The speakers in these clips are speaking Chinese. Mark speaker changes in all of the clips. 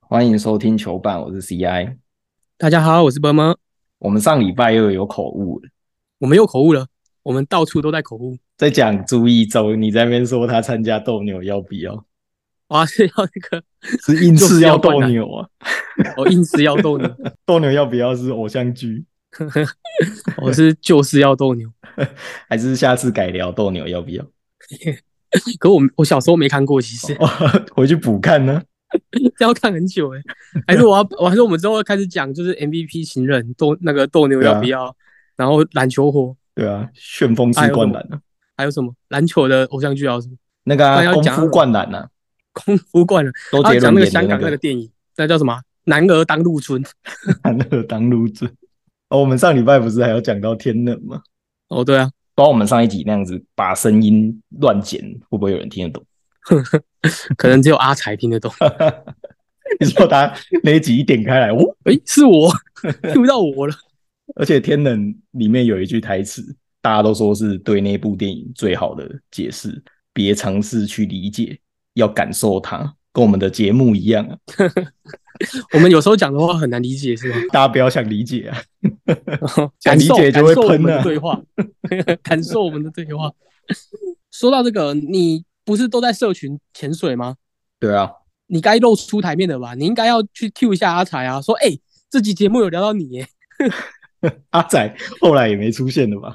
Speaker 1: 欢迎收听球办，我是 CI。
Speaker 2: 大家好，我是波妈。
Speaker 1: 我们上礼拜又有口误了，
Speaker 2: 我们又口误了，我们到处都在口误
Speaker 1: 在讲朱一周，你在那边说他参加斗牛要不要？
Speaker 2: 啊，是要那个
Speaker 1: 是硬是要斗牛啊？
Speaker 2: 我硬是要斗牛，
Speaker 1: 斗牛要不要是偶像剧，
Speaker 2: 我是就是要斗牛。
Speaker 1: 还是下次改聊斗牛要不要？
Speaker 2: 可我我小时候没看过，其实、
Speaker 1: 哦回去补看呢、
Speaker 2: 这要看很久哎、还 是我要，我还是我们之后开始讲，就是 MVP 情人斗那个斗牛
Speaker 1: 对啊
Speaker 2: 要不要，然后篮球火，
Speaker 1: 对啊，旋风式灌篮啊，
Speaker 2: 还有什么篮球的偶像剧还有什么
Speaker 1: 那个、
Speaker 2: 那
Speaker 1: 啊、
Speaker 2: 要
Speaker 1: 功
Speaker 2: 讲
Speaker 1: 夫灌篮啊，
Speaker 2: 功夫灌篮，
Speaker 1: 周
Speaker 2: 啊
Speaker 1: 杰
Speaker 2: 讲
Speaker 1: 伦
Speaker 2: 那
Speaker 1: 演
Speaker 2: 个
Speaker 1: 的
Speaker 2: 香
Speaker 1: 那
Speaker 2: 港那个
Speaker 1: 个
Speaker 2: 电影，那叫什么啊、男儿当入樽。
Speaker 1: 《男儿 当入樽》。哦，我们上礼拜不是还有讲到天冷吗？
Speaker 2: 哦，对啊，
Speaker 1: 不知道我们上一集那样子把声音乱剪，会不会有人听得懂？
Speaker 2: 可能只有阿才听得懂。
Speaker 1: 你说他那一集一点开来，哦，
Speaker 2: 哎、是我听不到我了。
Speaker 1: 而且《天能》里面有一句台词，大家都说是对那部电影最好的解释：别尝试去理解，要感受它。跟我们的节目一样啊，
Speaker 2: 我们有时候讲的话很难理解， 是吗？
Speaker 1: 大家不要想理解啊。
Speaker 2: 感受
Speaker 1: 理解就会
Speaker 2: 感受我
Speaker 1: 喷
Speaker 2: 们的
Speaker 1: 啊
Speaker 2: 对话， 感受我们的对话。说到这个，你不是都在社群潜水吗？
Speaker 1: 对啊，
Speaker 2: 你该露出台面的吧？你应该要去 Q 一下阿才啊，说哎、这期节目有聊到你耶。
Speaker 1: 阿仔后来也没出现了吧？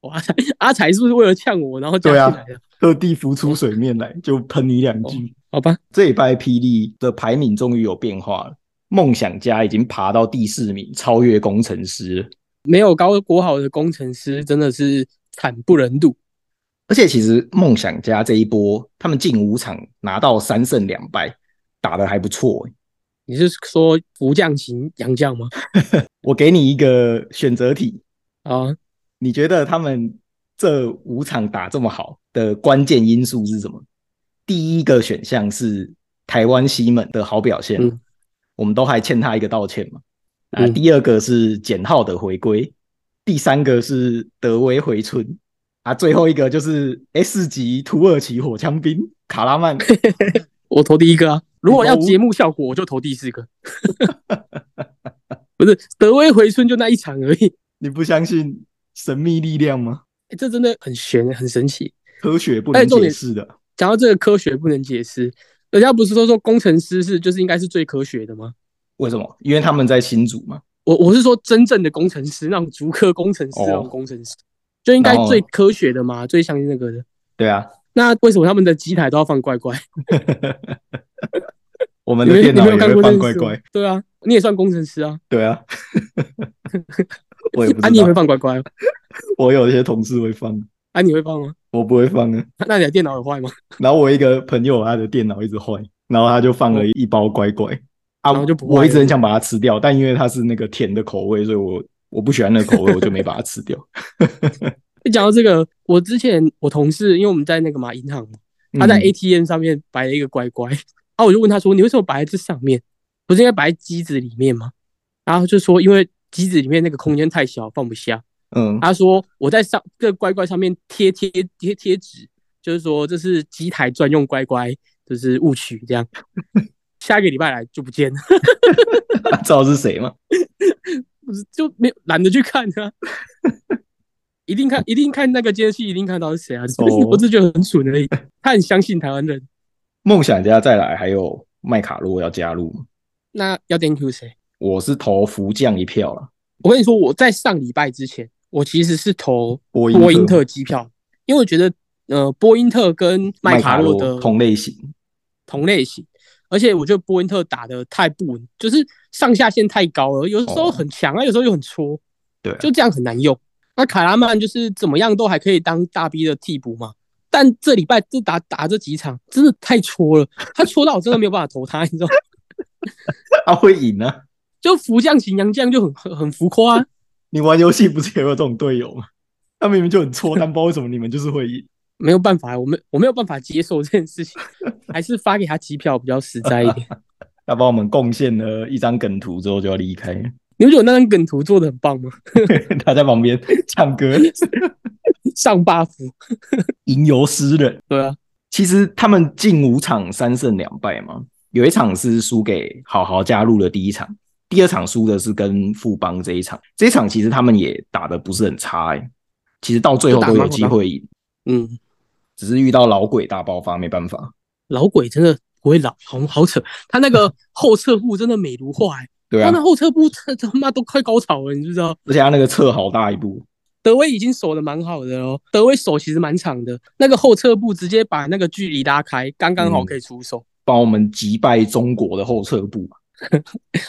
Speaker 2: 哇，阿才阿才是不是为了呛我，然后加
Speaker 1: 啊
Speaker 2: 进来的？
Speaker 1: 特地浮出水面来就喷你两句。
Speaker 2: 好吧，
Speaker 1: 这礼拜霹雳的排名终于有变化了，梦想家已经爬到第四名，超越工程师了。
Speaker 2: 没有高国好的工程师真的是惨不忍睹。
Speaker 1: 而且其实梦想家这一波，他们近五场拿到三胜两败，打得还不错欸。
Speaker 2: 你是说福将型杨将吗？
Speaker 1: 我给你一个选择题，
Speaker 2: 啊，
Speaker 1: 你觉得他们这五场打这么好的关键因素是什么？第一个选项是台湾西门的好表现，
Speaker 2: 嗯
Speaker 1: 我们都还欠他一个道歉嘛。啊，
Speaker 2: 嗯
Speaker 1: 第二个是简浩的回归，第三个是德威回春，啊，最后一个就是 S 级土耳其火枪兵卡拉曼。
Speaker 2: 我投第一个啊。如果要节目效果，我就投第四个。 不是德威回春就那一场而已，
Speaker 1: 你不相信神秘力量吗？
Speaker 2: 欸这真的很悬，很神奇。
Speaker 1: 科学不
Speaker 2: 哎
Speaker 1: 能
Speaker 2: 重
Speaker 1: 解
Speaker 2: 点
Speaker 1: 释的。
Speaker 2: 讲到这个科学不能解释，人家不是都说工程师是就是应该是最科学的吗？
Speaker 1: 为什么？因为他们在新竹嘛。
Speaker 2: 我我是说真正的工程师，那种竹科工程师
Speaker 1: 哦
Speaker 2: 那种工程师，就应该
Speaker 1: 然后
Speaker 2: 最科学的嘛，最相信那个的。
Speaker 1: 对啊，
Speaker 2: 那为什么他们的机台都要放 乖乖？
Speaker 1: 我们
Speaker 2: 你
Speaker 1: 的
Speaker 2: 没
Speaker 1: 电
Speaker 2: 你
Speaker 1: 脑
Speaker 2: 没
Speaker 1: 也
Speaker 2: 有
Speaker 1: 会
Speaker 2: 看过这
Speaker 1: 放
Speaker 2: 件
Speaker 1: 乖
Speaker 2: 事吗
Speaker 1: 乖。？
Speaker 2: 对啊，你也算工程师啊，
Speaker 1: 对啊，我 也不
Speaker 2: 啊
Speaker 1: 知
Speaker 2: 你也会
Speaker 1: 道，
Speaker 2: 放乖乖哦，
Speaker 1: 我有一些同事会放，
Speaker 2: 啊你会放吗？
Speaker 1: 我不会放啊。
Speaker 2: 那你的电脑有坏吗？
Speaker 1: 然后我一个朋友他的电脑一直坏，然后他就放了一包乖乖啊，
Speaker 2: 然后就不坏了
Speaker 1: 我一直很想把它吃掉，但因为它是那个甜的口味，所以我我不喜欢那个口味，我就没把它吃 掉。
Speaker 2: 你讲到这个，我之前我同事，因为我们在那个嘛银行嘛，他在
Speaker 1: 嗯
Speaker 2: ATM 上面摆了一个乖乖，啊，我就问他说，你为什么摆在这上面？不是应该摆在机子里面吗？然后就说因为机子里面那个空间太小，放不下。
Speaker 1: 嗯
Speaker 2: 他说我在上这个乖乖上面贴贴贴贴纸，就是说这是机台专用乖乖，就是误取这样。 下一个礼拜来就不见了，
Speaker 1: 知道是谁吗？
Speaker 2: 不是就没有懒得去看啊。 一定看，一定看那个监视器，一定看到是谁啊！
Speaker 1: 哦
Speaker 2: 我只是觉得很蠢而已。他很相信台湾人，
Speaker 1: 梦想家再来，还有麦卡洛要加入吗，
Speaker 2: 那要 thank you 谁？
Speaker 1: 我是投福将一票了。
Speaker 2: 我跟你说，我在上礼拜之前，我其实是投
Speaker 1: 波
Speaker 2: 波音特机票，因为我觉得呃，波音特跟麦
Speaker 1: 麦
Speaker 2: 卡
Speaker 1: 卡
Speaker 2: 洛
Speaker 1: 洛
Speaker 2: 的
Speaker 1: 同类型，
Speaker 2: 同类型，而且我觉得波音特打的太不稳，就是上下限太高了，有时候
Speaker 1: 哦
Speaker 2: 很强啊，有时候又很戳，
Speaker 1: 对啊，
Speaker 2: 就这样很难用。那卡拉曼就是怎么样都还可以当大 B 的替补嘛，但这礼拜这打打这几场真的太戳 了，他戳到我真的没有办法投他，你知道吗？
Speaker 1: 他会赢啊！
Speaker 2: 就福将型洋将就很很很浮夸、啊，
Speaker 1: 你玩游戏不是也有这种队友吗？ 他明明就很挫，但不知道为什么你们就是会赢。
Speaker 2: 没有办法，啊我没我没有办法接受这件事 情，还是发给他机票比较实在一点。
Speaker 1: 他帮我们贡献了一张梗图之后就要离开，
Speaker 2: 你不觉得我那张梗图做的很棒吗？
Speaker 1: 他在旁边唱 歌，
Speaker 2: 上 buff，
Speaker 1: 吟游诗人。
Speaker 2: 对啊，
Speaker 1: 其实他们近五场三胜两败嘛，有一场是输给好好加入的第一场，第二场输的是跟富邦这一场。这一场其实他们也打得不是很差、欸，其实到最后都
Speaker 2: 啊
Speaker 1: 有机会赢，
Speaker 2: 嗯，
Speaker 1: 只是遇到老鬼大爆发，没办法。
Speaker 2: 老鬼真的不会老，好好扯。他那个后撤步真的美如画、欸，
Speaker 1: 对
Speaker 2: 他
Speaker 1: 啊
Speaker 2: 那，后撤步他他妈都快高潮了，你知不知道？
Speaker 1: 而且他那个撤好大一步，
Speaker 2: 德威已经守的蛮好的哦，德威手其实蛮长的，那个后撤步直接把那个距离拉开，刚刚
Speaker 1: 嗯
Speaker 2: 好可以出手。
Speaker 1: 帮我们击败中国的后撤步。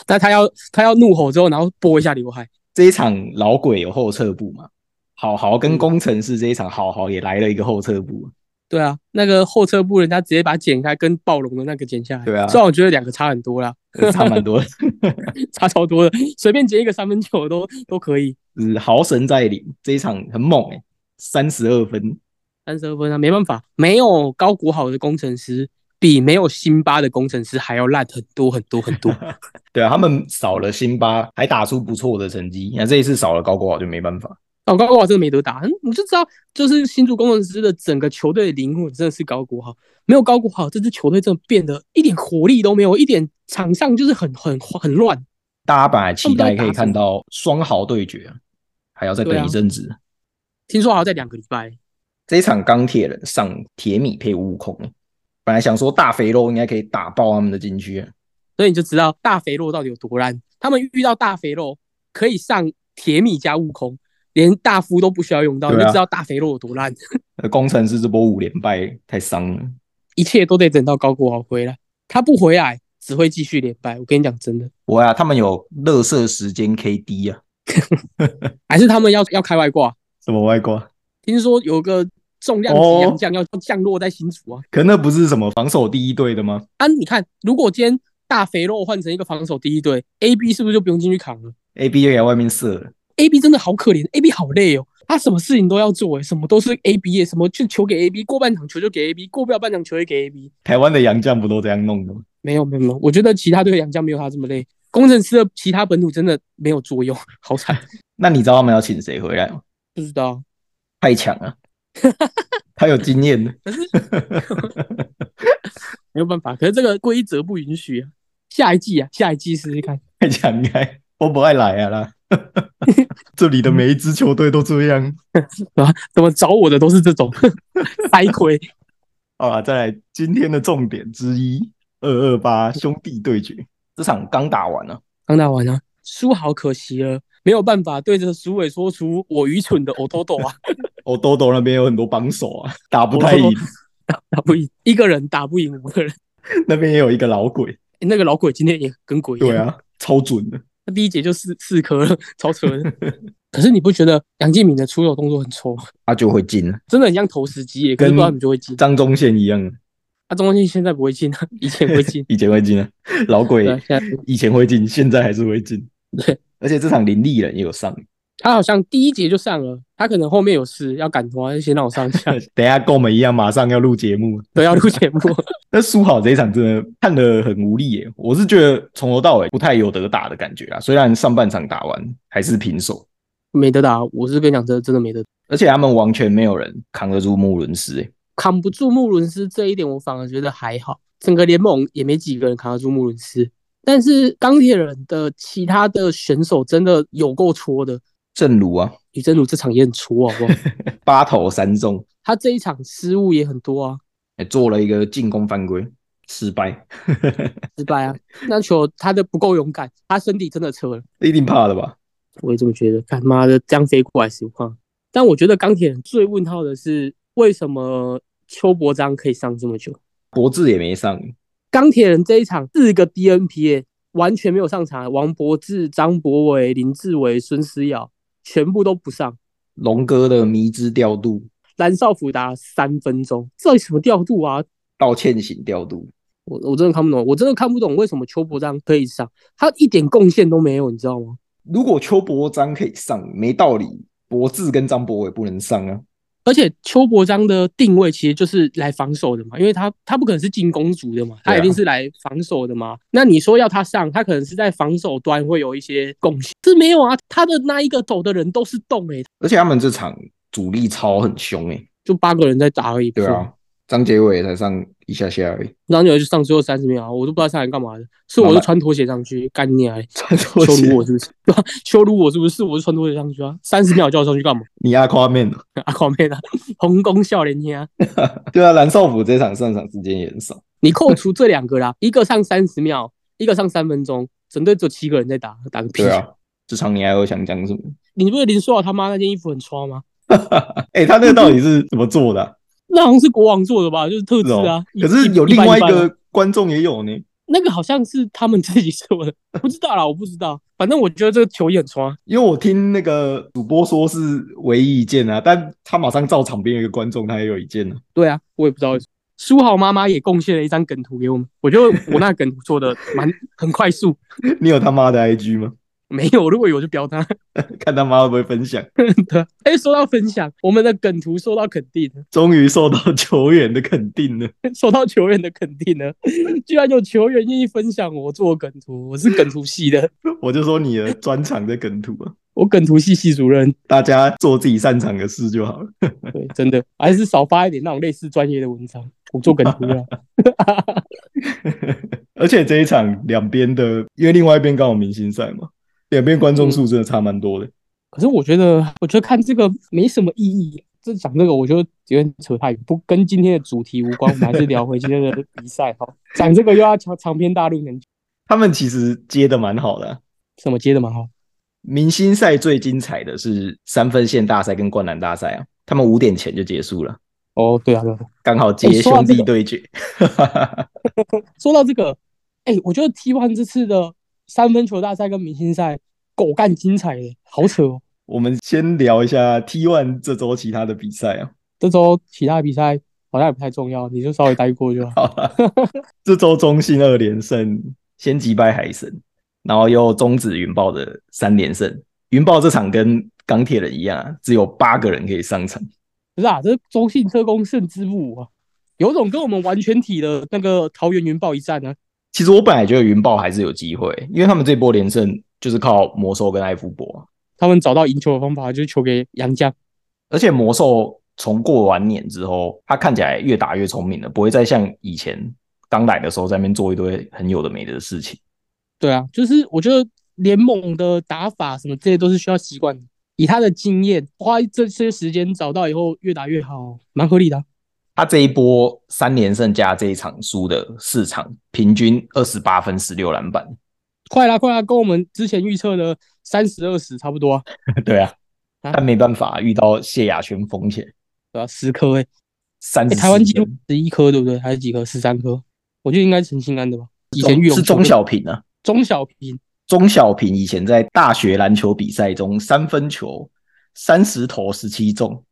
Speaker 2: 那他要他要怒吼之后，然后拨一下刘海，
Speaker 1: 这一场老鬼有后撤步嘛？好好跟工程师这一场，好好也来了一个后撤步。
Speaker 2: 对啊，那个后撤步人家直接把它剪开，跟暴龙的那个剪下来。
Speaker 1: 对啊
Speaker 2: 虽然我觉得两个差很多啦，
Speaker 1: 差蛮多的，
Speaker 2: 差超多的，随便截一个三分球都都可以，
Speaker 1: 就是豪神在领这一场很猛哎、欸，三十二分，
Speaker 2: 三十二分啊，没办法，没有高国好的工程师，比没有辛巴的工程师还要烂很多很多很多。
Speaker 1: 对啊，他们少了辛巴，还打出不错的成绩。那、这一次少了高国豪就没办法，
Speaker 2: 哦，高国豪真的没得打，嗯你就知道，就是新竹工程师的整个球队的灵魂真的是高国豪，没有高国豪，这支球队真的变得一点活力都没有，一点场上就是很很很乱。
Speaker 1: 大家本来期待可以看到双豪对决啊，还要再等一阵子。啊
Speaker 2: 听说好像在两个礼拜，
Speaker 1: 这一场钢铁人上铁米配悟空，本来想说大肥肉应该可以打爆他们的禁区啊，
Speaker 2: 所以你就知道大肥肉到底有多烂。他们遇到大肥肉可以上铁米加悟空，连大夫都不需要用到，
Speaker 1: 对啊
Speaker 2: 你就知道大肥肉有多烂。
Speaker 1: 呃工程师这波五连败太伤了。
Speaker 2: 一切都得等到高国豪回来，他不回来只会继续连败。我跟你讲真的，
Speaker 1: 我啊，他们有乐色时间 KD 啊，
Speaker 2: 还是他们要要开外挂。
Speaker 1: 什么外挂？
Speaker 2: 听说有个重量级
Speaker 1: 哦
Speaker 2: 洋将要降落在新竹啊！
Speaker 1: 可那不是什么防守第一队的吗
Speaker 2: 啊，你看，如果今天大肥肉换成一个防守第一队，A B 是不是就不用进去扛了
Speaker 1: ？A B 就在外面射了，
Speaker 2: ？A B 真的好可怜，A B 好累哦，他什么事情都要做欸诶，什么都是 A B 诶，什么就球给 A B，过半场球就给 A B，过不了半场球也给 A B。
Speaker 1: 台湾的洋将不都这样弄的吗？
Speaker 2: 没有没有没有，我觉得其他队的洋将没有他这么累，工程师的其他本土真的没有作用，好惨，
Speaker 1: 那你知道他们要请谁回来吗？
Speaker 2: 不知道。
Speaker 1: 太强 了，他有经验的。
Speaker 2: 可是没有办法，可是这个规则不允许啊。下一季啊，下一季试试看。
Speaker 1: 太强该，我不爱来啊啦。 这里的每一支球队都这样。
Speaker 2: 啊，怎么找我的都是这种 塞亏？
Speaker 1: 好了，再来今天的重点之一，二二八兄弟对决。这场刚打完了、
Speaker 2: 刚打完啊，输好可惜了，没有办法对着苏伟说出我愚蠢的 o t o t o 啊，
Speaker 1: 哦，豆豆那边有很多帮手啊，打不太赢。
Speaker 2: 打打不赢一个人打不赢五个人、
Speaker 1: 那边也有一个老鬼，
Speaker 2: 诶那个老鬼今天也跟鬼一样，
Speaker 1: 对，啊，超准的。
Speaker 2: 他第一节就四四颗了， 超扯的。可是你不觉得杨敬敏的出手动作很臭吗？
Speaker 1: 他就会进，
Speaker 2: 真的很像投石机耶，可是
Speaker 1: 跟
Speaker 2: 不知道你就会进。
Speaker 1: 张忠宪一样，
Speaker 2: 他中间现在不会进啊，以前会
Speaker 1: ，
Speaker 2: 进
Speaker 1: 以前会进啊，老鬼
Speaker 2: 对啊，现在不
Speaker 1: 以前会进，现在还是会进。
Speaker 2: 对，
Speaker 1: 而且这场林立人也有 上，
Speaker 2: 他好像第一节就上了，他可能后面有事要赶拖，他就先让我上一下，
Speaker 1: 等一下跟我们一样，马上要录节目。
Speaker 2: 对，要录节目。
Speaker 1: 那苏好这一场真的看得很无力耶，我是觉得从头到尾不太有得打的感觉啊。虽然上半场打完还是平手，
Speaker 2: 没得打，我是跟你讲，真的真的没得打，
Speaker 1: 而且他们完全没有人扛得住穆伦斯耶，欸
Speaker 2: 扛不住穆伦斯这一点，我反而觉得还好。整个联盟也没几个人扛得住穆伦斯，但是钢铁人的其他的选手真的有够戳的。
Speaker 1: 正如啊，
Speaker 2: 吕正儒这场也很戳，好不 好？
Speaker 1: 八投三中，
Speaker 2: 他这一场失误也很多啊，
Speaker 1: 也做了一个进攻犯规，失败，
Speaker 2: 失败啊。那球他的不够勇敢，他身体真的扯了，
Speaker 1: 一定怕的吧？
Speaker 2: 我也这么觉得。干妈的这样飞过来实况，但我觉得钢铁人最问号的是，为什么邱伯章可以上这么久？
Speaker 1: 博智也没上，
Speaker 2: 钢铁人这一场四个 DNP 耶完全没有上场，王柏志、张博伟、林志伟、孙思尧全部都不上。
Speaker 1: 龙哥的迷之调度，
Speaker 2: 蓝少辅打三分钟，这什么调度啊？
Speaker 1: 道歉型调度，
Speaker 2: 我我真的看不懂，我真的看不懂为什么邱伯章可以上，他一点贡献都没有，你知道吗？
Speaker 1: 如果邱伯章可以上，没道理博智跟张博伟不能上啊。
Speaker 2: 而且邱伯章的定位其实就是来防守的嘛，因为他他不可能是进攻组的嘛，
Speaker 1: 啊
Speaker 2: 他一定是来防守的嘛。那你说要他上，他可能是在防守端会有一些贡献，是没有啊？他的那一个走的人都是动诶、欸
Speaker 1: 而且他们这场主力超很凶诶、欸
Speaker 2: 就八个人在打而已。
Speaker 1: 对
Speaker 2: 不是吗
Speaker 1: 啊，张杰伟也才上一下下而已，
Speaker 2: 然后就上最后三十秒，啊我都不知道上来干嘛的，是我就穿拖鞋上去，干你啊！
Speaker 1: 穿拖
Speaker 2: 羞
Speaker 1: 鞋
Speaker 2: 辱我是不是？ 对吧？羞辱我是不是？是我就穿拖鞋上去啊！三十秒叫我上去干嘛？
Speaker 1: 你阿夸面了。哦
Speaker 2: 阿狂妹啊， 红宫笑脸天啊！
Speaker 1: 对啊，蓝少辅这场上场时间也很少，
Speaker 2: 你扣除这两个啦， 一个上三十秒，一个上三分钟，整队只有七个人在打，打个屁！
Speaker 1: 对啊。这场你还有想讲什么？
Speaker 2: 你不是林书豪他妈那件衣服很穿吗？
Speaker 1: 哎、他那个到底是怎么做 的啊、
Speaker 2: 那好像是国王做的吧，就是特制啊。
Speaker 1: 可是有另外一
Speaker 2: 般般啊
Speaker 1: 个观众也有呢。
Speaker 2: 那个好像是他们自己做的， 不知道啦，我不知道。反正我觉得这个球衣很穿，
Speaker 1: 因为我听那个主播说是唯一一件啊，但他马上照场边有一个观众，他也有一件呢、
Speaker 2: 对啊，我也不知道为什么。书豪妈妈也贡献了一张梗图给我们，我觉得我那梗图做的蛮很快速，
Speaker 1: 你有他妈的 IG 吗？
Speaker 2: 没有，如果有就标他。
Speaker 1: 看他妈会不会分享。
Speaker 2: 对， 哎、说到分享，我们的梗图受到肯定，
Speaker 1: 终于受到球员的肯定了，
Speaker 2: 受到球员的肯定呢， 居然有球员愿意分享我做梗图，我是梗图系的，
Speaker 1: 我就说你的专长在梗图啊，
Speaker 2: 我梗图系系主任。
Speaker 1: 大家做自己擅长的事就好了。
Speaker 2: 对，真的还是少发一点那种类似专业的文章，我做梗图了。
Speaker 1: 而且这一场两边的，因为另外一边刚好明星赛嘛，两边观众数真的差蛮多的。
Speaker 2: 可是我觉得，我觉得看这个没什么意义。啊这讲这个，我觉得有点扯太远，不跟今天的主题无关，我们还是聊回今天的比赛哈。讲这个又要长长篇大论，很
Speaker 1: 他们其实接的蛮好的啊、
Speaker 2: 什么接的蛮好。
Speaker 1: 明星赛最精彩的是三分线大赛跟灌篮大赛啊，他们五点前就结束了，
Speaker 2: 哦，对啊，对啊。对啊
Speaker 1: 刚好接
Speaker 2: 哎说到
Speaker 1: 兄
Speaker 2: 这个
Speaker 1: 弟对决。
Speaker 2: 说到这个，哎、我觉得 T one 这次的三分球大赛跟明星赛狗干精彩耶，好扯哦。
Speaker 1: 我们先聊一下 T One 这周其他的比赛啊，
Speaker 2: 这周其他的比赛好像也不太重要，你就稍微带过就好。
Speaker 1: 好啦这周中信二连胜，先击败海神，然后又终止云豹的三连胜。云豹这场跟钢铁人一样啊，只有八个人可以上场。
Speaker 2: 不是啊，这是中信车工胜之不武啊，有种跟我们完全体的那个桃园云豹一战啊。
Speaker 1: 其实我本来觉得云豹还是有机会，因为他们这波连胜就是靠魔兽跟艾夫伯啊、
Speaker 2: 他们找到赢球的方法，就是球给杨将。
Speaker 1: 而且魔兽从过完年之后，他看起来越打越聪明了，不会再像以前刚来的时候在那边做一堆很有的没的事情。
Speaker 2: 对啊，就是我觉得联盟的打法什么这些都是需要习惯的，以他的经验花这些时间找到以后越打越好，蛮合理的啊、
Speaker 1: 他这一波三连胜加这一场输的四场，平均二十八分、十六篮 板。
Speaker 2: 快啦，快啦，跟我们之前预测的三十二十差不多啊，
Speaker 1: 对啊，
Speaker 2: 啊
Speaker 1: 但没办法，遇到谢亚轩风险
Speaker 2: 对吧、十颗诶、
Speaker 1: 三
Speaker 2: 欸
Speaker 1: 十、
Speaker 2: 台湾纪录十一颗对不对？还是几颗？十三颗，我觉得应该是陈信安的吧。以前玉龙
Speaker 1: 是中小平啊，
Speaker 2: 中小平，
Speaker 1: 钟小平以前在大学篮球比赛中三分球三十投十七中，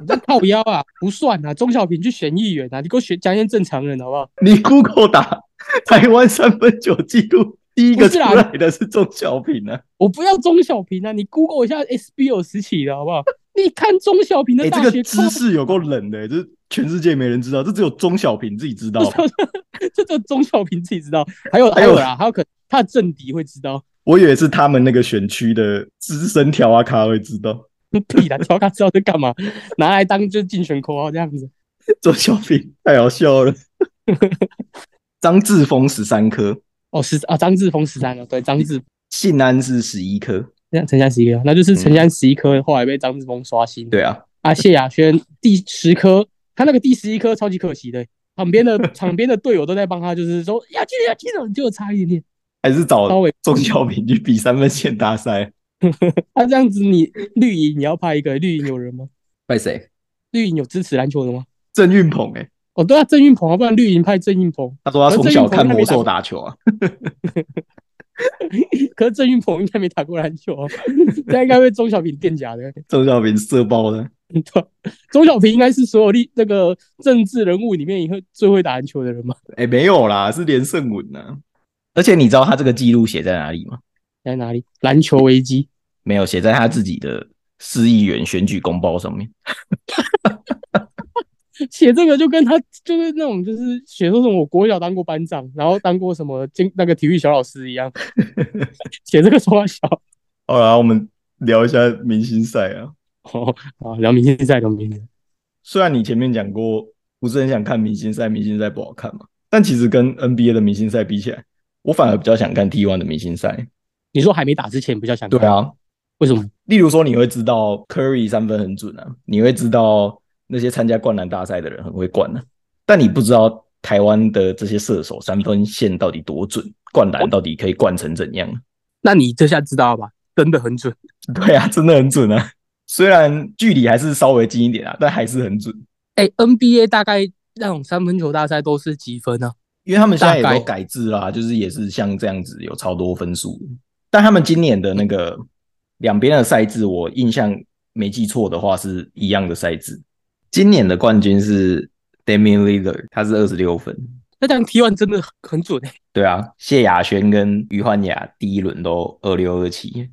Speaker 2: 你这靠腰啊，不算啊，中小平去选议员啊，你给我选讲一些正常人好不好？
Speaker 1: 你 Google 打台湾三分球记录，第一个
Speaker 2: 不
Speaker 1: 出
Speaker 2: 是啦
Speaker 1: 来的是钟小平啊。
Speaker 2: 我不要中小平啊，你 Google 一下 SBO 时期的好不好？ 你看中小平
Speaker 1: 哎、
Speaker 2: 的大
Speaker 1: 这
Speaker 2: 学
Speaker 1: 个
Speaker 2: 课
Speaker 1: 知识有够冷的、就是全世界没人知道，这只有钟小平自己 知道吧。
Speaker 2: 这这中小平自己知道，还有
Speaker 1: 还
Speaker 2: 还
Speaker 1: 有
Speaker 2: 有啦，还有可能他的政敌会知道，
Speaker 1: 我以为是他们那个选区的资深调阿咖会知道。
Speaker 2: 屁啦，调侃知道在干嘛，拿来当就竞选口号这样子。
Speaker 1: 钟小平太好笑 了。张志峰十三颗，
Speaker 2: 哦，十啊，张志峰十三了，对，张志
Speaker 1: 信安是十一颗。
Speaker 2: 陈陈山十一颗，那就是陈山十一颗，后来被张志峰刷新。
Speaker 1: 对啊，
Speaker 2: 啊，谢亚轩第十颗，他那个第十一颗超级可惜的，旁边的场边的队友都在帮他，就是说要进了要进了，就差一点点。
Speaker 1: 还是
Speaker 2: 稍
Speaker 1: 找
Speaker 2: 微
Speaker 1: 钟小平去比三分线大赛。
Speaker 2: 啊，这样子你绿营你要派一个绿营有人吗？
Speaker 1: 拜谁？
Speaker 2: 绿营有支持篮球的吗？
Speaker 1: 郑运鹏哎、
Speaker 2: 哦，对啊，郑运鹏啊，不然绿营派郑运鹏，
Speaker 1: 他说他
Speaker 2: 可是
Speaker 1: 从
Speaker 2: 郑
Speaker 1: 小
Speaker 2: 运鹏
Speaker 1: 看
Speaker 2: 应该
Speaker 1: 魔
Speaker 2: 没打
Speaker 1: 兽
Speaker 2: 过
Speaker 1: 打球啊。
Speaker 2: 可是郑运鹏应该没打过篮球、啊，这样应该被钟小平垫脚的。
Speaker 1: 钟小平射爆了，
Speaker 2: 对吧，钟小平应该是所有历那个政治人物里面，以后最会打篮球的人嘛。
Speaker 1: 哎、没有啦，是连胜文啊呐、而且你知道他这个记录写在哪里吗？
Speaker 2: 在哪里？篮球危机。
Speaker 1: 没有，写在他自己的市议员选举公报上面。
Speaker 2: 写这个就跟他就是那种就是写说什么我国小当过班长，然后当过什么经那个体育小老 师一样，写这个说小
Speaker 1: 好啦，我们聊一下明星赛啊。
Speaker 2: 哦啊，聊明星赛，聊明星赛。
Speaker 1: 虽然你前面讲过不是很想看明星赛，明星赛不好看嘛。但其实跟 NBA 的明星赛比起来，我反而比较想看 T1 的明星赛。
Speaker 2: 你说还没打之前比较想
Speaker 1: 对
Speaker 2: 看，
Speaker 1: 啊，
Speaker 2: 为什么？
Speaker 1: 例如说你会知道 Curry 三分很准啊，你会知道那些参加灌篮大赛的人很会灌啊，但你不知道台湾的这些射手三分线到底多准，灌篮到底可以灌成怎样。
Speaker 2: 那你这下知道了吧？真的很准。
Speaker 1: 对啊，真的很准啊！虽然距离还是稍微近一点啊，但还是很准，
Speaker 2: 哎、n b a 大概那种三分球大赛都是几分啊？
Speaker 1: 因为他们现在也
Speaker 2: 大概
Speaker 1: 都改制啦，就是也是像这样子有超多分数。但他们今年的那个两边的赛制，我印象没记错的话是一样的赛制。今年的冠军是 Damian Lillard，他是二十六分。
Speaker 2: 那这样 T one 真的很准哎、
Speaker 1: 对啊，谢雅轩跟于焕雅第一轮都二六二七。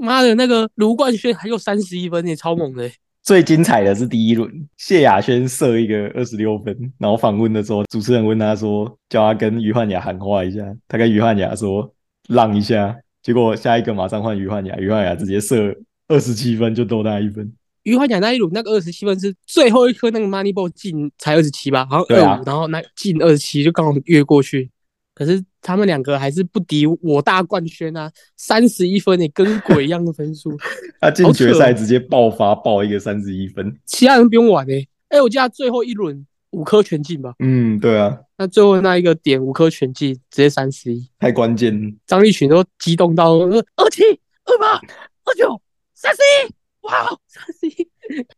Speaker 2: 妈的，那个卢冠轩还有三十一分也、超猛的、欸。
Speaker 1: 最精彩的是第一轮，谢雅轩射一个二十六分，然后访问的时候，主持人问他说，叫他跟于焕雅喊话一下，他跟于焕雅说让一下，结果下一个马上换于焕雅，于焕雅直接射二十七分就多他一分，
Speaker 2: 余欢讲那一轮那个二十七分是最后一颗那个 money ball 进才二十七吧，好像
Speaker 1: 对
Speaker 2: 二
Speaker 1: 啊
Speaker 2: 五、然后那进二十七就刚好越过去。可是他们两个还是不敌我大冠轩啊，三十一分也、跟鬼一样的 分数。
Speaker 1: 他进
Speaker 2: 好扯哦
Speaker 1: 决赛直接爆发爆一个三十一分，
Speaker 2: 其他人不用玩诶、欸。哎、我记得他最后一轮五颗全进吧，
Speaker 1: 嗯，对啊，
Speaker 2: 那最后那一个点五颗全进，直接三十一。
Speaker 1: 太关键了，
Speaker 2: 张立群都激动到呃二七、二八、二九、三十一，哇，三十一，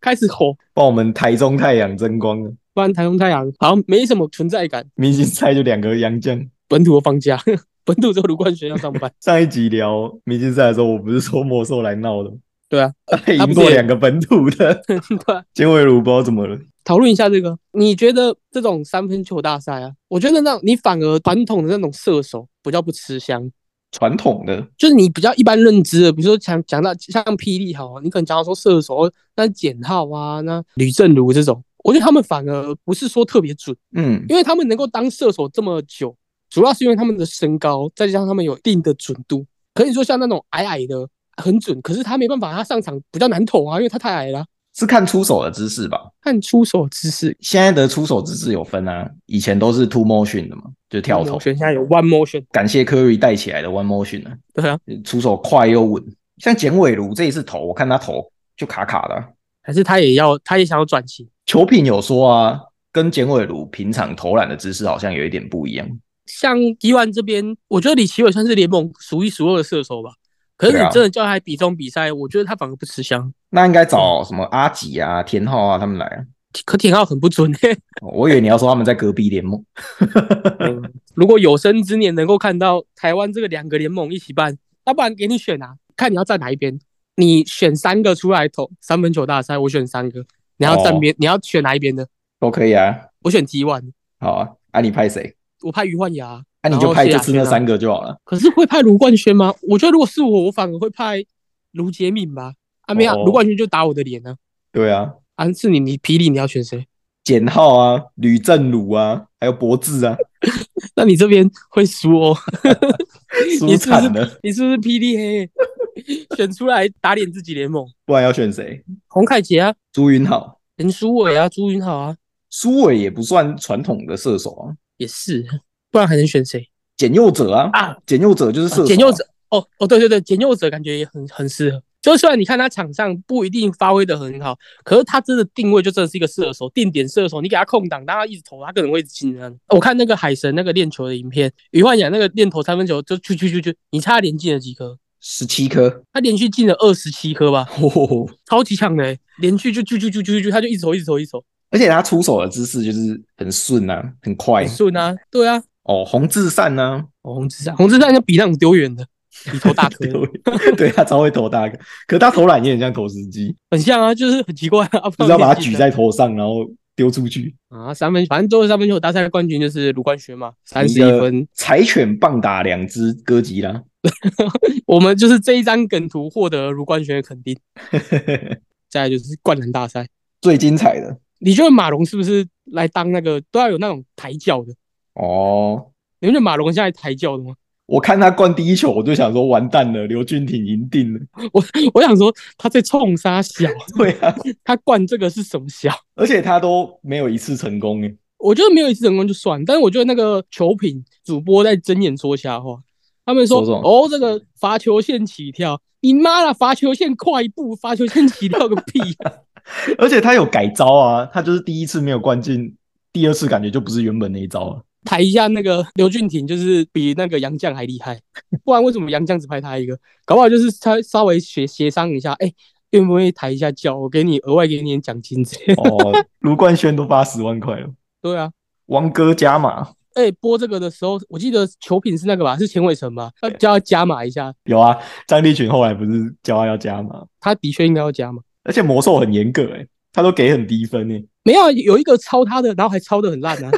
Speaker 2: 开始吼。
Speaker 1: 帮我们台中太阳争光了，
Speaker 2: 不然台中太阳好像没什么存在感，
Speaker 1: 明星赛就两个洋将。。
Speaker 2: 本土都放假， 本土只有卢冠轩要上班
Speaker 1: 上一集聊明星赛的时候，我不是说魔兽来闹的吗，
Speaker 2: 对啊，
Speaker 1: 他赢过两个本土的。
Speaker 2: 对啊，
Speaker 1: 尖尾乳不知道怎么了，
Speaker 2: 讨论一下这个，你觉得这种三分球大赛啊，我觉得那你反而传统的那种射手比较不吃香，
Speaker 1: 传统的
Speaker 2: 就是你比较一般认知的，比如说讲讲到像霹雳好啊，你可能讲到说射手，哦那简浩啊，那吕正如这种，我觉得他们反而不是说特别准，
Speaker 1: 嗯，
Speaker 2: 因为他们能够当射手这么久，主要是因为他们的身高，再加上他们有一定的准度。可以说像那种矮矮的很准，可是他没办法，他上场比较难投啊，因为他太矮了啊。
Speaker 1: 是看出手的姿势吧。
Speaker 2: 看出手姿势，
Speaker 1: 现在的出手姿势有分啊，以前都是 two motion 的嘛，就跳投。
Speaker 2: 选现在有 one motion，
Speaker 1: 感谢 Curry 带起来的 one motion 啊，
Speaker 2: 对啊，
Speaker 1: 出手快又稳。像简伟如这一次投，我看他投就卡卡的啊、
Speaker 2: 还是他也要，他也想要转型。
Speaker 1: 球品有说啊，跟简伟如平常投篮的姿势好像有一点不一样。
Speaker 2: 像迪万这边，我觉得李奇伟算是联盟数一数二的射手吧。可是
Speaker 1: 对啊
Speaker 2: 你真的叫他来比中比赛，我觉得他反而不吃香。
Speaker 1: 那应该找什么阿吉啊、田浩啊他们来啊。
Speaker 2: 可田浩很不准、欸嘿
Speaker 1: 哦我以为你要说他们在隔壁联盟。嗯
Speaker 2: 如果有生之年能够看到台湾这个两个联盟一起办，要不然给你选啊，看你要站哪一边。你选三个出来投三分球大赛，我选三个，你要
Speaker 1: 哦
Speaker 2: 站边，你要选哪一边的？
Speaker 1: 都可以啊。
Speaker 2: 我选 T one，
Speaker 1: 好啊，啊你派谁？
Speaker 2: 我派于焕雅，
Speaker 1: 啊你就派这次那
Speaker 2: 然后谢亚轩啊
Speaker 1: 三个就好了。
Speaker 2: 可是会派卢冠轩吗？ 我觉得如果是我，我反而会派卢杰敏吧。啊，没有啊，
Speaker 1: 哦
Speaker 2: 卢冠轩就打我的脸呢、
Speaker 1: 对啊，
Speaker 2: 啊。啊，是你，你霹雳你要选谁？
Speaker 1: 简浩啊、吕正儒啊，还有博智啊，
Speaker 2: 那你这边会输哦，
Speaker 1: 输惨
Speaker 2: 你
Speaker 1: 了。
Speaker 2: 你是不是霹雳 黑选出来打脸自己联盟？
Speaker 1: 不然要选谁？
Speaker 2: 洪凯杰啊，
Speaker 1: 朱云好，
Speaker 2: 林书伟啊，朱云好啊，
Speaker 1: 苏伟也不算传统的射手啊，
Speaker 2: 也是，不然还能选谁？
Speaker 1: 简佑哲啊，
Speaker 2: 啊
Speaker 1: 简佑哲就是射手、
Speaker 2: 简佑者，哦哦，对对对，简佑者感觉也很很适合。就虽然你看他场上不一定发挥的很好，可是他真的定位就真的是一个射手，定点射手。你给他空档，让他一直投，他可能会一直进啊。我看那个海神那个练球的影片，于焕雅那个练投三分球就去去去去，你差点进了几颗？
Speaker 1: 十七颗，
Speaker 2: 他连续进了二十七颗吧，
Speaker 1: 哦，
Speaker 2: 超级强的、欸，连续就去去去去去，他就一直投一直投一直投，
Speaker 1: 而且他出手的姿势就是很顺啊，很快
Speaker 2: 很顺啊，对啊。
Speaker 1: 哦。洪志善呢、
Speaker 2: 哦，洪志善，洪志善就比那种丢远的，比 投大颗的，
Speaker 1: 对，对他超会投大个，可是他投篮也很像投石 机，
Speaker 2: 很像啊，就是很奇怪啊，
Speaker 1: 就
Speaker 2: 不
Speaker 1: 是要把它
Speaker 2: 进
Speaker 1: 举
Speaker 2: 啊
Speaker 1: 在头上，然后丢出去。
Speaker 2: 啊，三分，反正最后三分球大赛冠军就是卢冠轩嘛，三十
Speaker 1: 你
Speaker 2: 一
Speaker 1: 的
Speaker 2: 分。
Speaker 1: 柴犬棒打两只哥吉拉。
Speaker 2: 我们就是这一张梗图获得了卢冠轩的肯定。再来就是灌篮大赛，
Speaker 1: 最精彩的
Speaker 2: 你觉得马龙是不是来当那个都要有那种抬轿的？
Speaker 1: 哦，
Speaker 2: 你们觉得马龙现在抬轿的吗？
Speaker 1: 我看他灌第一球，我就想说完蛋了，刘俊廷赢定了。
Speaker 2: 我想说他在冲杀小，
Speaker 1: 对啊，
Speaker 2: 他灌这个是什么小？
Speaker 1: 而且他都没有一次成功欸诶。
Speaker 2: 我觉得没有一次成功就算，但是我觉得那个球评主播在睁眼说瞎话，他们说
Speaker 1: 说什么
Speaker 2: 哦这个罚球线起跳，你妈的罚球线快一步，罚球线起跳个屁、
Speaker 1: 而且他有改招啊，他就是第一次没有灌进，第二次感觉就不是原本那一招了。
Speaker 2: 抬一下那个刘俊廷，就是比那个杨绛还厉害， 不然为什么杨绛只拍他一个？搞不好就是他稍微协协商一下，哎、愿不愿意抬一下脚？我给你额外给你点奖金之类的。
Speaker 1: 哦，卢冠轩都发十万块了，
Speaker 2: 对啊，
Speaker 1: 王哥加码
Speaker 2: 哎、播这个的时候，我记得球品是那个吧，是钱伟成吧？他叫他加码一下，
Speaker 1: 有啊，张立群后来不是教他要加码，
Speaker 2: 他的确应该要加码。
Speaker 1: 而且魔兽很严格诶，他都给很低分欸诶。
Speaker 2: 没有啊有一个抄他的，然后还抄的很 烂啊，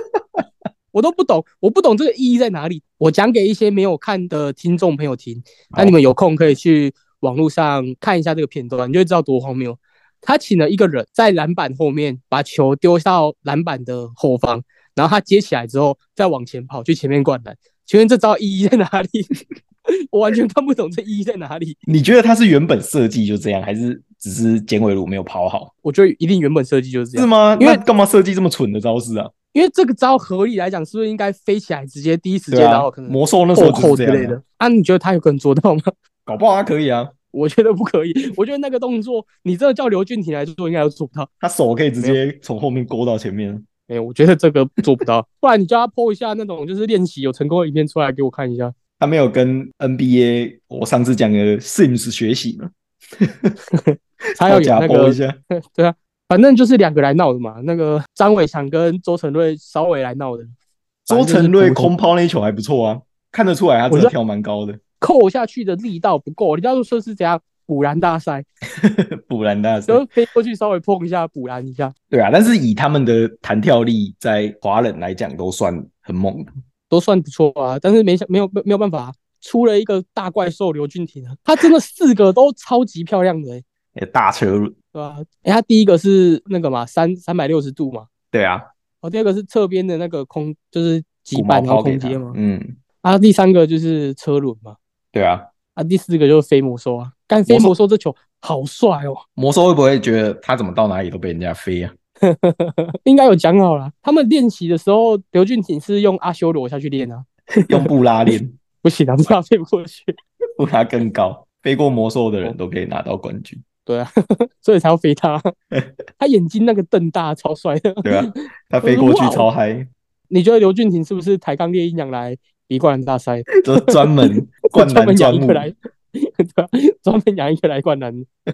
Speaker 2: 我都不懂，我不懂这个意义在哪里。我讲给一些没有看的听众朋友听，那你们有空可以去网络上看一下这个片段，你就会知道多荒谬。他请了一个人在篮板后面把球丢到篮板的后方，然后他接起来之后再往前跑去前面灌篮。请问这招意义在哪里？ 我完全看不懂这意义在哪里。
Speaker 1: 你觉得他是原本设计就这样，还是只是简伟儒没有跑好？
Speaker 2: 我觉得一定原本设计就是这样
Speaker 1: 是。吗？
Speaker 2: 啊因为
Speaker 1: 那干嘛设计这么蠢的招式啊？
Speaker 2: 因为这个招合理来讲，是不是应该飞起来直接第一时间，
Speaker 1: 对啊
Speaker 2: 然后可，能
Speaker 1: 魔兽那时候就
Speaker 2: 破扣
Speaker 1: 是
Speaker 2: 之
Speaker 1: 这
Speaker 2: 类
Speaker 1: 样啊、
Speaker 2: 的。啊，你觉得他有可能做到吗？
Speaker 1: 搞不好他可以啊，
Speaker 2: 我觉得不可以。我觉得那个动作，你真的叫刘俊廷来做，应该都做不到。
Speaker 1: 他手可以直接从后面勾到前面。
Speaker 2: 没有，我觉得这个做不到。 不然你叫他 PO 一下那种就是练习有成功的影片出来给我看一下。
Speaker 1: 他没有跟 NBA 我上次讲的 Sims 学习嘛，
Speaker 2: 他要有
Speaker 1: 假
Speaker 2: 那
Speaker 1: 播
Speaker 2: 个
Speaker 1: 一，下。
Speaker 2: 对啊，反正就是两个来闹的嘛。那个张伟强跟周成瑞稍微来闹的，
Speaker 1: 周成瑞
Speaker 2: 反正就是普通
Speaker 1: 空抛那一球还不错啊，看得出来他真
Speaker 2: 我
Speaker 1: 的
Speaker 2: 知道
Speaker 1: 跳蛮高的。
Speaker 2: 扣下去的力道不够。人家都说是怎样补篮大赛，
Speaker 1: 补篮大师
Speaker 2: 然后飞过去稍微碰一下补篮一下，
Speaker 1: 对啊，但是以他们的弹跳力，在华人来讲都算很猛的。
Speaker 2: 都算不错啊，但是没想没有没有没有办法、出了一个大怪兽刘俊廷啊，他真的四个都超级漂亮的、欸，
Speaker 1: 诶大车轮，
Speaker 2: 对吧、哎、他第一个是那个嘛三三百六十度嘛，
Speaker 1: 对啊，
Speaker 2: 哦，第二个是侧边的那个空就是击
Speaker 1: 古毛
Speaker 2: 板然
Speaker 1: 抛
Speaker 2: 后
Speaker 1: 给
Speaker 2: 空
Speaker 1: 他
Speaker 2: 接嘛，，
Speaker 1: 嗯，
Speaker 2: 啊，第三个就是车轮嘛，
Speaker 1: 对啊。
Speaker 2: 啊，第四个就是飞魔兽啊，干飞魔兽这球好帅哦，
Speaker 1: 魔兽会不会觉得他怎么到哪里都被人家飞啊？
Speaker 2: 应该有讲好了，他们练习的时候刘俊廷是用阿修罗下去练啊，
Speaker 1: 用布拉链，
Speaker 2: 不行啊，不知道飞不过去，
Speaker 1: 布拉更高，飞过魔兽的人
Speaker 2: 哦
Speaker 1: 都可以拿到冠军，
Speaker 2: 对啊，所以才要 飞他，他眼睛那个瞪大超帅的。
Speaker 1: 对啊，他飞过去
Speaker 2: 哇哦
Speaker 1: 超嗨，
Speaker 2: 你觉得刘俊廷是不是抬杠猎鹰养来比灌篮大赛？
Speaker 1: 就是专 门 灌
Speaker 2: 专
Speaker 1: 篮
Speaker 2: 门
Speaker 1: 专
Speaker 2: 养一
Speaker 1: 木
Speaker 2: 个。来， 对吧、专门养一个来灌篮。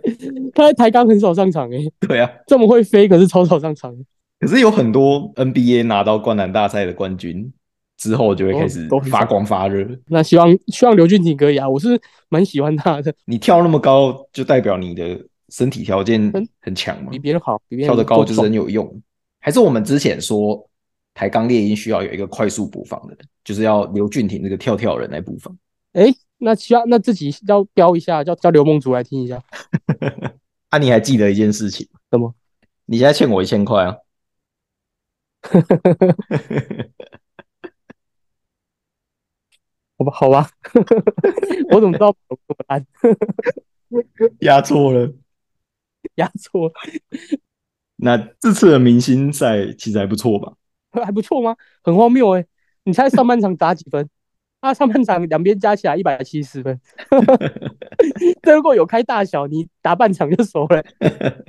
Speaker 2: 他在抬杠很少上场诶、
Speaker 1: 对啊，
Speaker 2: 这么会飞，可是超少上场，
Speaker 1: 可是有很多 NBA 拿到灌篮大赛的冠军之后，就会开始
Speaker 2: 都都很少
Speaker 1: 发光发热。
Speaker 2: 那希望希望刘俊廷可以啊，我是蛮喜欢他的，
Speaker 1: 你跳那么高，就代表你的身体条件
Speaker 2: 嗯
Speaker 1: 很强嘛
Speaker 2: 比？别人好，比别人
Speaker 1: 跳得高
Speaker 2: 多
Speaker 1: 就是很有用。还是我们之前说抬杠猎鹰需要有一个快速补防的人，就是要刘俊廷这个跳跳人来补防。
Speaker 2: 诶，那希望那自己要标一下，叫叫刘梦竹来听一下。
Speaker 1: 啊，你还记得一件事情吗
Speaker 2: 什么？
Speaker 1: 你现在欠我一千 块啊！
Speaker 2: 好吧，好吧， 我怎么知道我这么烂？
Speaker 1: 压错了。
Speaker 2: 压错了，
Speaker 1: 那这次的明星赛其实还不错吧？
Speaker 2: 还不错吗？很荒谬诶、欸你猜上半场打几分？啊，上半场两边加起来一百七十分。这如果有开大小，你打半场就熟了。欸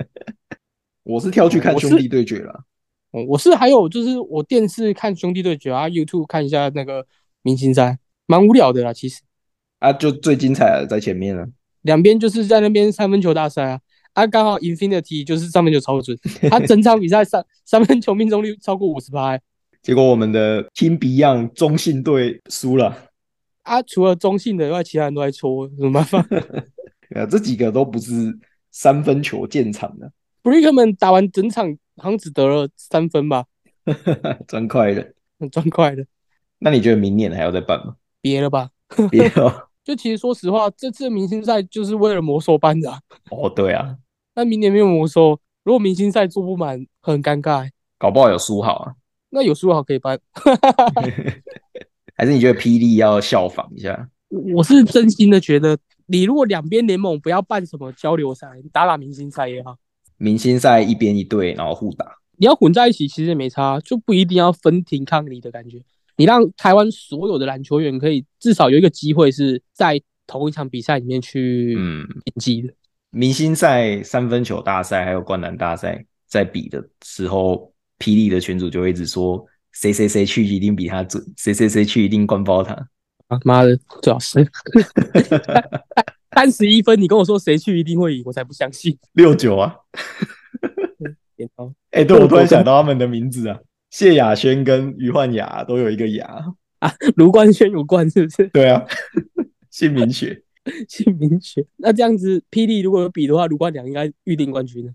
Speaker 1: 我是跳去看
Speaker 2: 哦我是
Speaker 1: 兄弟对决了。
Speaker 2: 嗯我是还有就是我电视看兄弟对决啊，YouTube 看一下那个明星赛，蛮无聊的啦。其实
Speaker 1: 啊，就最精彩的在前面了。
Speaker 2: 两边就是在那边三分球大赛啊，啊刚好 Infinity 就是三分球超准，他整场比赛三三分球命中率超过五十趴欸
Speaker 1: 结果我们的 Team Beyond 中信队输了。
Speaker 2: 啊，除了中性的以外，其他人都在戳，有什么办法
Speaker 1: 呃，这几个都不是三分球建厂的，
Speaker 2: ？Brickman 打完整场好像只得了三分吧，
Speaker 1: 真快乐。
Speaker 2: 很赚快的，
Speaker 1: 那你觉得明年还要再办 吗？
Speaker 2: 别了吧。
Speaker 1: 别了。
Speaker 2: 就其实说实话，这次的明星赛就是为了魔兽办的、啊，
Speaker 1: 哦，对啊，
Speaker 2: 那明年没有魔兽，如果明星赛做不满，很尴尬欸、
Speaker 1: 搞不好有输好啊。
Speaker 2: 那有输好可以办，
Speaker 3: 还是你觉得霹雳要效仿一下？
Speaker 2: 我是真心的觉得，你如果两边联盟不要办什么交流赛，你打打明星赛也好，
Speaker 3: 明星赛一边一队，然后互打，
Speaker 2: 你要混在一起其实也没差，啊就不一定要分庭抗礼的感觉。你让台湾所有的篮球员可以至少有一个机会是在同一场比赛里面去
Speaker 3: 嗯，
Speaker 2: 竞技的。
Speaker 3: 明星赛、三分球大赛还有灌篮大赛在比的时候，霹雳的群主就会一直说谁谁谁去一定比他准，谁谁谁去一定灌爆他。
Speaker 2: 啊妈的，最好是三十一分，你跟我说谁去一定会赢，我才不相信。哦
Speaker 1: 六九啊，
Speaker 2: 点头
Speaker 1: 哎、对我突然想到他们的名字啊，谢雅轩跟于焕雅都有一个雅，
Speaker 2: 卢冠轩有冠是不是？
Speaker 1: 对啊，姓名 学，
Speaker 2: 姓名学。那这样子，霹雳如果有比的话，卢冠良应该预定冠军的。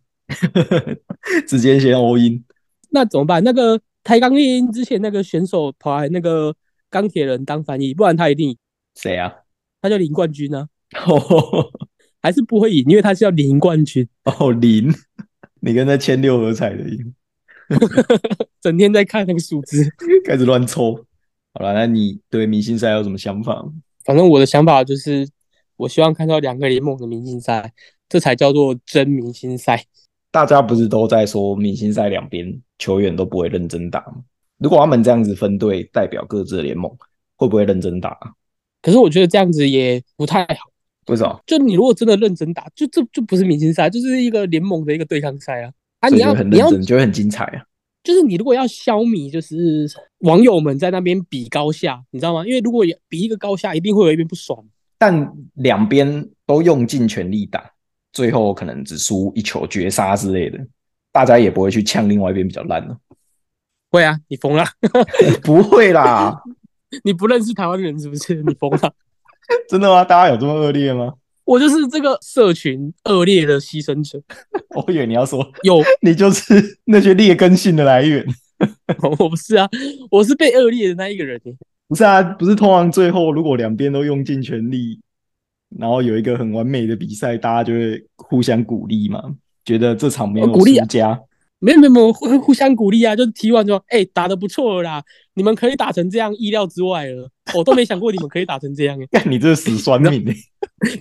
Speaker 1: 直接先 all in，
Speaker 2: 那怎么办？那个台钢猎鹰之前那个选手跑来那个钢铁人当翻译，不然他一定
Speaker 3: 谁啊？
Speaker 2: 他就领冠军啊，
Speaker 1: 哦
Speaker 2: 还是不会赢，因为他是要领冠军，
Speaker 1: 哦零，你跟那签六合彩的一样
Speaker 2: 整天在看那个数字。
Speaker 1: 开始乱抽。好了，那你对明星赛有什么想法吗？
Speaker 2: 反正我的想法就是，我希望看到两个联盟的明星赛，这才叫做真明星赛。
Speaker 3: 大家不是都在说明星赛两边球员都不会认真打吗？如果他们这样子分队代表各自的联盟，会不会认真打啊？
Speaker 2: 可是我觉得这样子也不太好。
Speaker 3: 为什么？
Speaker 2: 就你如果真的认真打，就这就不是明星赛，就是一个联盟的一个对抗赛啊。啊，
Speaker 3: 所
Speaker 2: 你
Speaker 3: 以就
Speaker 2: 要
Speaker 3: 很
Speaker 2: 你
Speaker 3: 认
Speaker 2: 要
Speaker 3: 真，就会很精彩啊。
Speaker 2: 就是你如果要消弭，就是网友们在那边比高下，你知道吗？因为如果也比一个高下，一定会有一边不爽。
Speaker 3: 但两边都用尽全力打，最后可能只输一球绝杀之类的，大家也不会去呛另外一边比较烂 的、
Speaker 2: 会啊，你疯了！
Speaker 3: 不会啦，
Speaker 2: 你不认识台湾人是不是？你疯了！
Speaker 1: 真的吗？大家有这么恶劣吗？
Speaker 2: 我就是这个社群恶劣的牺牲者，
Speaker 1: 我以为你要说
Speaker 2: 有
Speaker 1: 你就是那些劣根性的来源。
Speaker 2: 我不是啊，我是被恶劣的那一个人。欸
Speaker 1: 不是啊，不是通常最后如果两边都用尽全力，然后有一个很完美的比赛，大家就会互相鼓励嘛，觉得这场没有
Speaker 2: 哦鼓励啊
Speaker 1: 输家。
Speaker 2: 没有没有没有，会会互相鼓励啊，就是踢完之后，哎、打得不错了啦，你们可以打成这样，意料之外了，我都没想过你们可以打成这样、 欸，
Speaker 1: 干你这死 酸民、欸！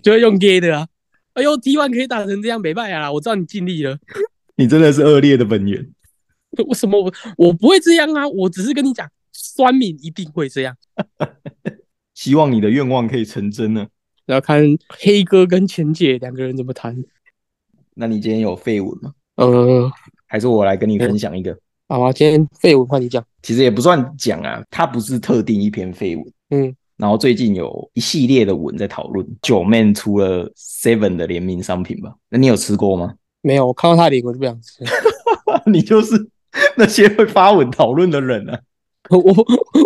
Speaker 2: 就会用 gay 的啊，哎呦，踢完可以打成这样，没办法啦，我知道你尽力了，
Speaker 1: 你真的是恶劣的本源。
Speaker 2: 为什么我我不会这样啊？我只是跟你讲，酸敏一定会这样，
Speaker 1: 希望你的愿望可以成真呢。
Speaker 2: 然后看黑哥跟钱姐两个人怎么谈，
Speaker 3: 那你今天有绯闻吗？
Speaker 2: 呃，
Speaker 3: 还是我来跟你分享一个？
Speaker 2: 好啊，今天废文换你讲，
Speaker 3: 其实也不算讲啊，它不是特定一篇绯闻。
Speaker 2: 嗯，
Speaker 3: 然后最近有一系列的文在讨论九妹出了 Seven 的联名商品吧？那你有吃过吗？
Speaker 2: 没有，我看到他的脸我就不想吃，
Speaker 1: 你就是那些会发文讨论的人啊！
Speaker 2: 我我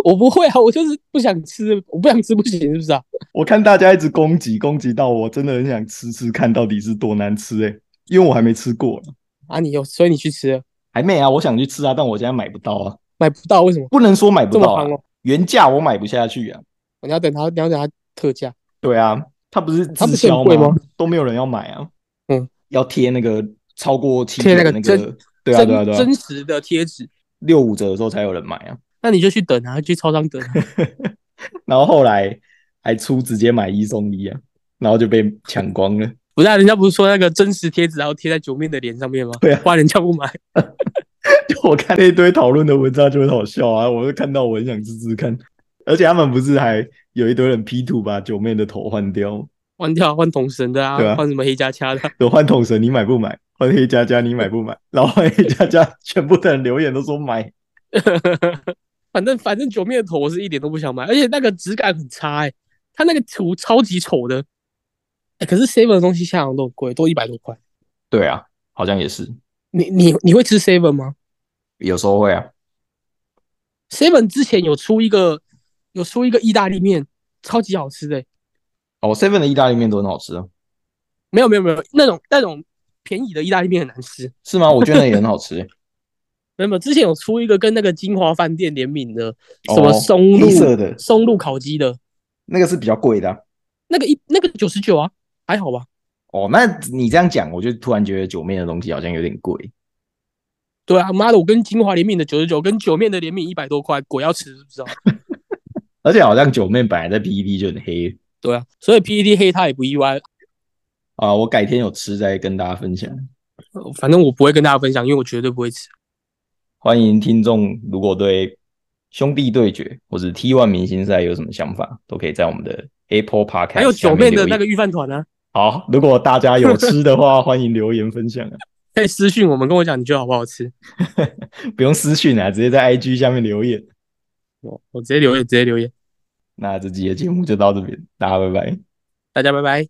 Speaker 2: 我不会啊，我就是不想吃，我不想吃不行是不是啊？
Speaker 1: 我看大家一直攻击，攻击到我真的很想吃吃看到底是多难吃诶、因为我还没吃过啊
Speaker 2: 啊，你有，所以你去吃了
Speaker 3: 还没啊，我想去吃啊，但我现在买不到啊，
Speaker 2: 买不到，为什么？
Speaker 3: 不能说买不
Speaker 2: 这么
Speaker 3: 到、啊
Speaker 2: 夯，哦、
Speaker 3: 原价我买不下去啊。
Speaker 2: 你要等它，你要等它特价。
Speaker 3: 对啊，
Speaker 1: 它不是
Speaker 2: 它
Speaker 1: 滞
Speaker 2: 不是很
Speaker 1: 销
Speaker 2: 贵吗？嗯
Speaker 1: 都没有人要买啊！
Speaker 3: 要贴那个超过七
Speaker 2: 贴
Speaker 3: 折
Speaker 2: 那个
Speaker 3: 那
Speaker 2: 真
Speaker 3: 个，对啊对啊对啊
Speaker 2: 真，真实的贴纸，
Speaker 3: 六五折的时候才有人买啊。
Speaker 2: 那你就去等啊，去超商等、啊。
Speaker 1: 然后后来还出直接买一送一啊，然后就被抢光了。
Speaker 2: 不是、啊，人家不是说那个真实贴纸，然后贴在九妹的脸上面吗？
Speaker 1: 对啊
Speaker 2: 不然人家不买。
Speaker 1: 就 我看那一堆讨论的文章就很好笑啊，我就看到我很想吃吃看，而且他们不是还有一堆人 P 图把九妹的头换掉，
Speaker 2: 换掉换桶神的啊，
Speaker 1: 对啊
Speaker 2: 换、什么黑加加的 啊、
Speaker 1: 有换桶神你买不买？换黑加加你买不买？然后换黑加加 全部的人留言都说买，
Speaker 2: 反正反正九妹的头我是一点都不想买，而且那个质感很差哎、它那个图超级丑的。哎、可是 Seven 的东西下场都很贵，都一百多块。
Speaker 3: 对啊，好像也是，
Speaker 2: 你你你会吃 Seven 吗？
Speaker 3: 有时候会啊。
Speaker 2: Seven 之前有出一个有出一个意大利面，超级好吃的欸、
Speaker 3: 哦，seven 的意大利面都很好吃啊，
Speaker 2: 没有没有没有，那种那种便宜的意大利面很难吃。
Speaker 3: 是吗？我觉得那也很好 吃、
Speaker 2: 没有没有，之前有出一个跟那个金华饭店联名的，
Speaker 3: 哦
Speaker 2: 什么松露、
Speaker 3: 黑色的
Speaker 2: 松露烤鸡的，
Speaker 3: 那个是比较贵的啊、
Speaker 2: 那个一那个九十九啊，还好吧？
Speaker 3: 哦，那你这样讲，我就突然觉得九妹的东西好像有点贵。
Speaker 2: 对啊，妈的，我跟金华联名的九十九，跟九面的联名一百多块，鬼要吃是不是啊？
Speaker 1: 而且好像九妹本来在
Speaker 3: E
Speaker 1: PPT 就很黑
Speaker 2: 对啊，所以 PPT 黑他也不意外，
Speaker 1: 啊，我改天有吃再跟大家分享。
Speaker 2: 呃反正我不会跟大家分享，因为我绝对不会吃。
Speaker 1: 欢迎听众，如果对兄弟对决或者 T One 明星赛有什么想法，都可以在我们的 Apple Podcast
Speaker 2: 还有九
Speaker 1: 下
Speaker 2: 妹
Speaker 1: 面
Speaker 2: 的
Speaker 1: 留言
Speaker 2: 那个预饭团啊呢，
Speaker 4: 好，如果大家有吃的 话，欢迎留言分享啊，
Speaker 2: 可以私信我们跟我讲你觉得好不好吃。
Speaker 4: 不用私讯啊，直接在 IG 下面留言。
Speaker 2: 我我直接留言，直接留言，
Speaker 4: 那这集的节目就到这边，大家拜拜。
Speaker 2: 大家拜拜。